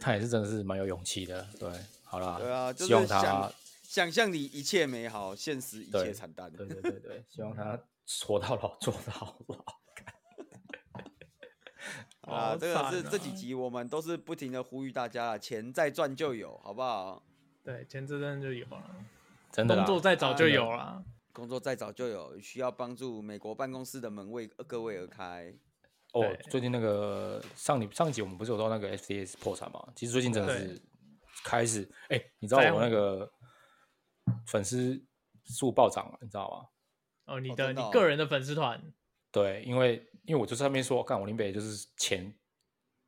Speaker 3: 他也是真的是蛮有勇气的，对，好啦，
Speaker 2: 对啊，就
Speaker 3: 希望
Speaker 2: 是
Speaker 3: 他
Speaker 2: 想，想象你一切美好，现实一
Speaker 3: 对
Speaker 2: 切惨淡。
Speaker 3: 对对对对，希望他活到老，做到老，
Speaker 2: [laughs] 啊，
Speaker 1: 好
Speaker 2: 这个是
Speaker 1: 惨
Speaker 2: 这几
Speaker 1: 啊
Speaker 2: 集我们都是不停的呼吁大家啦，钱再赚就有，好不好？
Speaker 1: 对，前阵阵就有了，
Speaker 3: 真的啦
Speaker 1: 工，作再早就
Speaker 3: 真的
Speaker 1: 有了。
Speaker 2: 工作再早就有，需要帮助美国办公室的门为各位而开。
Speaker 3: 哦
Speaker 1: 对，
Speaker 3: 最近那个上礼上一集我们不是有到那个 FTS 破产嘛？其实最近真的
Speaker 1: 对
Speaker 3: 是开始，哎、你知道
Speaker 1: 在
Speaker 3: 我那个粉丝数暴涨了，你知道吗？
Speaker 1: 哦，你
Speaker 2: 哦
Speaker 1: 的
Speaker 2: 真的
Speaker 1: 你
Speaker 2: 哦
Speaker 1: 个人的粉丝团，
Speaker 3: 对，因为因为我就在那边说，干我林北就是钱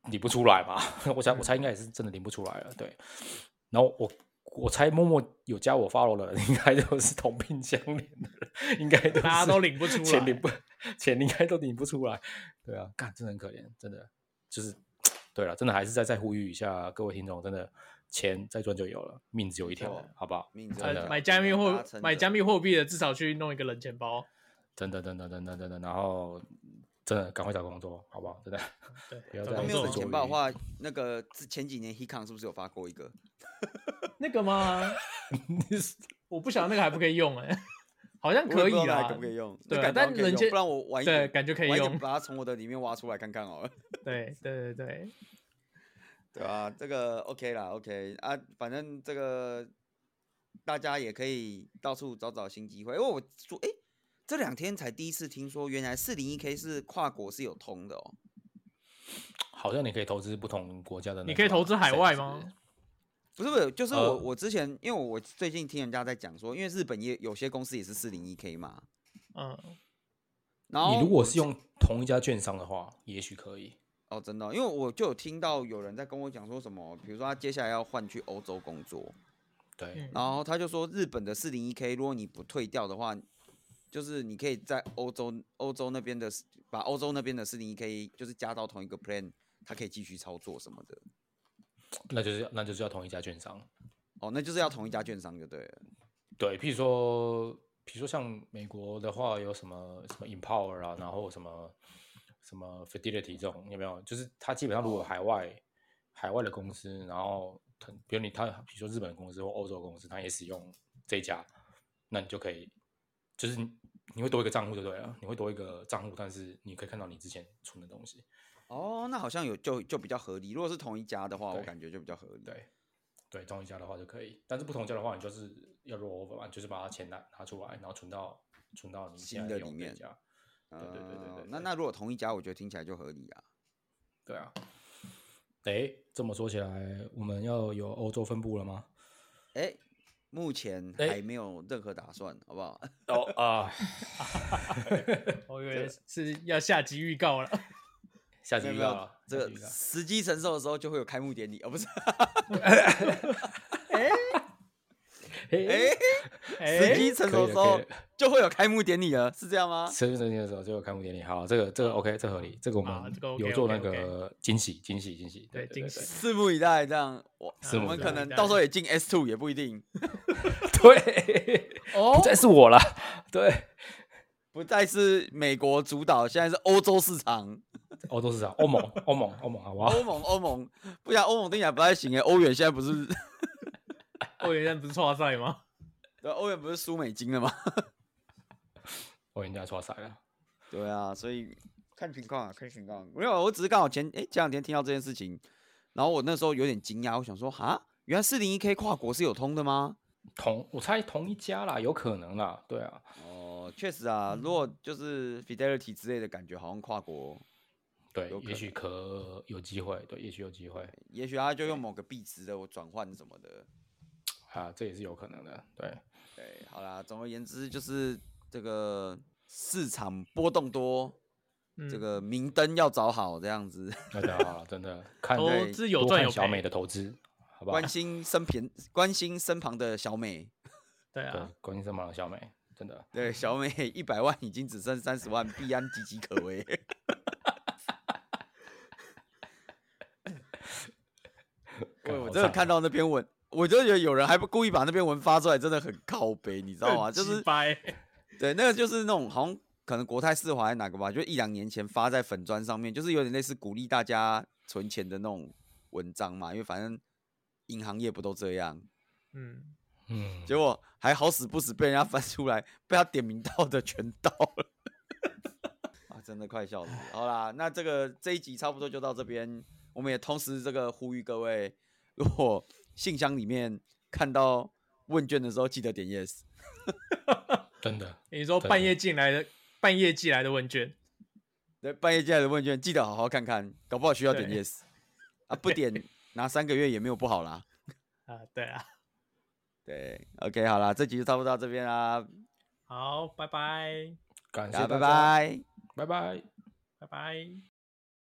Speaker 3: 领不出来嘛， [laughs] 我想我猜应该也是真的领不出来了。对，然后我我猜默默有加我 follow 的人，应该都是同病相怜的人，应该都
Speaker 1: 大家
Speaker 3: 是
Speaker 1: 都领不出
Speaker 3: 钱
Speaker 1: 来
Speaker 3: 领不 [laughs] 钱应该都领不出来。对啊，干真的很可怜，真的就是对了，真的还是再再呼吁一下各位听众，真的钱再赚就有了，命只有一条
Speaker 2: 错，
Speaker 3: 好不好？
Speaker 2: 命只有
Speaker 3: 真
Speaker 2: 一条
Speaker 1: 呃，
Speaker 3: 的
Speaker 1: 买加密
Speaker 2: 大
Speaker 1: 货
Speaker 2: 家撑
Speaker 1: 买
Speaker 2: 着
Speaker 1: 加密货币的，至少去弄一个冷钱包。
Speaker 3: 真的真的真的真的，然后真的赶快找工作，好不好？真的。 [laughs]
Speaker 1: 对
Speaker 3: 不要，
Speaker 1: 找
Speaker 3: 再
Speaker 2: 他
Speaker 1: 工
Speaker 2: 没
Speaker 3: 这
Speaker 2: 有
Speaker 1: 作
Speaker 2: 省
Speaker 3: 么做
Speaker 2: 钱
Speaker 3: 于
Speaker 2: 包的话，那个之前几年 Hikon 是不是有发过一个？
Speaker 1: [laughs] 那个吗？
Speaker 3: 你是
Speaker 1: 我不晓得那个还不可以用哎、 [laughs] 好像
Speaker 2: 我也
Speaker 1: 可
Speaker 2: 不
Speaker 1: 以
Speaker 2: 知道它
Speaker 1: 啦
Speaker 2: 还可，不可以用？
Speaker 1: 对啊
Speaker 2: 那感觉
Speaker 1: 但
Speaker 2: 好像可以
Speaker 1: 人
Speaker 2: 用
Speaker 1: 家
Speaker 2: 不然我晚一
Speaker 1: 对，
Speaker 2: 点，
Speaker 1: 感觉可以
Speaker 2: 晚一点
Speaker 1: 用。
Speaker 2: 把它从我的里面挖出来看看好了。 [laughs]
Speaker 1: 对对对对，
Speaker 2: 对啊，这个 OK 啦，OK 啊，反正这个大家也可以到处找找新机会。因为我说，哎、这两天才第一次听说，原来四零一 K 是跨国是有通的哦。
Speaker 3: 好像你可以投资不同国家的那个嘛，
Speaker 1: 你可以投资海外吗
Speaker 3: 甚至？
Speaker 2: 不是不是，就是我、
Speaker 3: 呃
Speaker 2: 我之前，因为我最近听人家在讲说，因为日本也有些公司也是四零一 K 嘛，
Speaker 1: 嗯，
Speaker 2: 然后
Speaker 3: 你如果
Speaker 2: 哦我
Speaker 3: 是用同一家券商的话，也许可以。
Speaker 2: 哦真的哦、因为我就有听到有人在跟我讲说什么，比如说他接下来要换去欧洲工作，
Speaker 3: 对，
Speaker 1: 嗯
Speaker 2: 然后他就说，日本的四零一 K，如果你不退掉的话，就是你可以在欧洲欧洲那边的把欧洲那边的四零一 K 就是加到同一个 plan，它可以继续操作什么的。
Speaker 3: 那就是那就是要同一家券商。
Speaker 2: 哦，那就是要同一家券商就对了。
Speaker 3: 对，譬如说，譬如说像美国的话，有什么什么 Empower 啊，然后什么什么 Fidelity 这种，有没有？就是它基本上如果海外、海外的公司，然后它比如你它比如说日本公司或欧洲公司，它也使用这一家，那你就可以，就是你你会多一个账户就对了，你会多一个账户，但是你可以看到你之前存的东西。
Speaker 2: 哦，那好像有就就比较合理。如果是同一家的话，我
Speaker 3: 对
Speaker 2: 感觉就比较合理。
Speaker 3: 对，对，同一家的话就可以，但是不同家的话，你就是要 roll over 嘛，就是把它钱拿拿出来，然后存到存到你现
Speaker 2: 新
Speaker 3: 在
Speaker 2: 的
Speaker 3: 用
Speaker 2: 里
Speaker 3: 这一
Speaker 2: 面
Speaker 3: 家。
Speaker 2: 呃，
Speaker 3: 对对对对对
Speaker 2: 那
Speaker 3: 对
Speaker 2: 那如果同一家，我觉得听起来就合理啊。
Speaker 3: 对啊。诶，这么说起来，我们要有欧洲分部了吗？
Speaker 2: 哎，目前
Speaker 3: 哎
Speaker 2: 还没有任何打算，好不好？
Speaker 3: 哦啊，
Speaker 1: 我以为是要下集预告了。
Speaker 3: 下
Speaker 2: 没
Speaker 3: 集
Speaker 2: 有
Speaker 3: 预
Speaker 2: 没
Speaker 3: 告
Speaker 2: 有
Speaker 3: 了，，
Speaker 2: 这
Speaker 3: 下集
Speaker 2: 个
Speaker 3: 预告
Speaker 2: 时机成熟的时候就会有开幕典礼，哦，不是，
Speaker 3: 诶，
Speaker 2: 时
Speaker 1: 哎，
Speaker 2: 机成熟的时候
Speaker 3: 可以了可以了
Speaker 2: 就会有开幕典礼了，是这样吗？
Speaker 3: 生日那天的时候就有开幕典礼，好，这个这个 OK，这合理，这个我
Speaker 1: 啊
Speaker 3: 们
Speaker 1: 这个 OK，
Speaker 3: 有做那
Speaker 1: OK，OK
Speaker 3: 个惊喜惊喜惊喜，
Speaker 1: 对
Speaker 3: 对
Speaker 1: 惊
Speaker 3: 对
Speaker 1: 喜
Speaker 2: 拭目以待，这样我
Speaker 3: [laughs] 拭
Speaker 2: 我
Speaker 3: 目
Speaker 2: 们
Speaker 3: 以
Speaker 2: 可
Speaker 3: 待
Speaker 2: 能到时候也进 S two 也不一定，
Speaker 3: 对 [laughs] 对，
Speaker 1: 哦
Speaker 3: 不，再是我了，对，
Speaker 2: 不再是美国主导，现在是欧洲市场，
Speaker 3: 欧洲市场，欧盟欧盟欧盟，好不好？
Speaker 2: 欧盟欧盟，不然欧盟听起来不太行哎，欧元现在不是 [laughs]
Speaker 1: 欧元站不是跨赛吗？
Speaker 2: 对啊欧元不是输美金了吗？
Speaker 3: 我人家出赛了，
Speaker 2: [laughs] 对啊，所以看情况啊，看情况。没有啊，我只是刚好前哎、前两天听到这件事情，然后我那时候有点惊讶，我想说哈，原来四零一 K 跨国是有通的吗？
Speaker 3: 同我猜同一家啦，有可能啦，对啊，
Speaker 2: 哦，确实啊，如果就是 Fidelity 之类的感觉，好像跨国，
Speaker 3: 对
Speaker 2: 有，可
Speaker 3: 也许可有机会，对，也许有机会
Speaker 2: 也许他就用某个币值的我转换什么的。
Speaker 3: 啊，这也是有可能的，对。
Speaker 2: 对，哎好啦，总而言之就是这个市场波动多，
Speaker 1: 嗯
Speaker 2: 这个明灯要找好这样子，
Speaker 3: 那太好了，真的看
Speaker 1: 投
Speaker 3: 对
Speaker 1: 资有
Speaker 3: 多
Speaker 1: 赚
Speaker 3: 看
Speaker 1: 有
Speaker 3: 小
Speaker 1: 赔
Speaker 3: 美的投资，好不好？
Speaker 2: 关心身边关心身旁的小美。
Speaker 1: 对
Speaker 3: 对
Speaker 1: 啊，，
Speaker 3: 关心什么？小美真的 [laughs]
Speaker 2: 对，小美一百万已经只剩三十万，必安岌岌可
Speaker 3: [laughs]
Speaker 2: 危。
Speaker 3: 干
Speaker 2: 喂我
Speaker 3: 好
Speaker 2: 真的
Speaker 3: 惨
Speaker 2: 看
Speaker 3: 哦
Speaker 2: 到那篇文，我就觉得有人还不故意把那篇文发出来，真的很靠背，你知道
Speaker 3: [laughs]
Speaker 2: 吗？就
Speaker 1: 很
Speaker 2: 是
Speaker 1: 鸡掰
Speaker 2: 对，那个就是那种好像可能国泰世华还是哪个吧，就一两年前发在粉砖上面，就是有点类似鼓励大家存钱的那种文章嘛，因为反正银行业不都这样。
Speaker 1: 嗯，
Speaker 3: 嗯，
Speaker 2: 结果还好死不死被人家翻出来，被他点名到的全到了， [laughs] 啊，真的快笑死了！好啦，那这个这一集差不多就到这边，我们也同时这个呼吁各位，如果信箱里面看到问卷的时候，记得点 yes。
Speaker 3: 真的
Speaker 1: 你
Speaker 2: 啊
Speaker 1: 说半夜进来的，半夜寄来的问卷，
Speaker 2: 对，半夜进来的问卷记得好好看看，搞不好需要点
Speaker 1: 对
Speaker 2: yes 啊，不点拿三个月也没有不好啦。
Speaker 1: 啊，对啊，
Speaker 2: 对，OK，好啦，这集就差不多到这边啦，
Speaker 1: 好，拜拜，
Speaker 3: 感
Speaker 2: 大家
Speaker 3: 谢
Speaker 2: 拜
Speaker 3: 大家，
Speaker 2: 拜。
Speaker 3: 拜拜。
Speaker 1: 拜拜。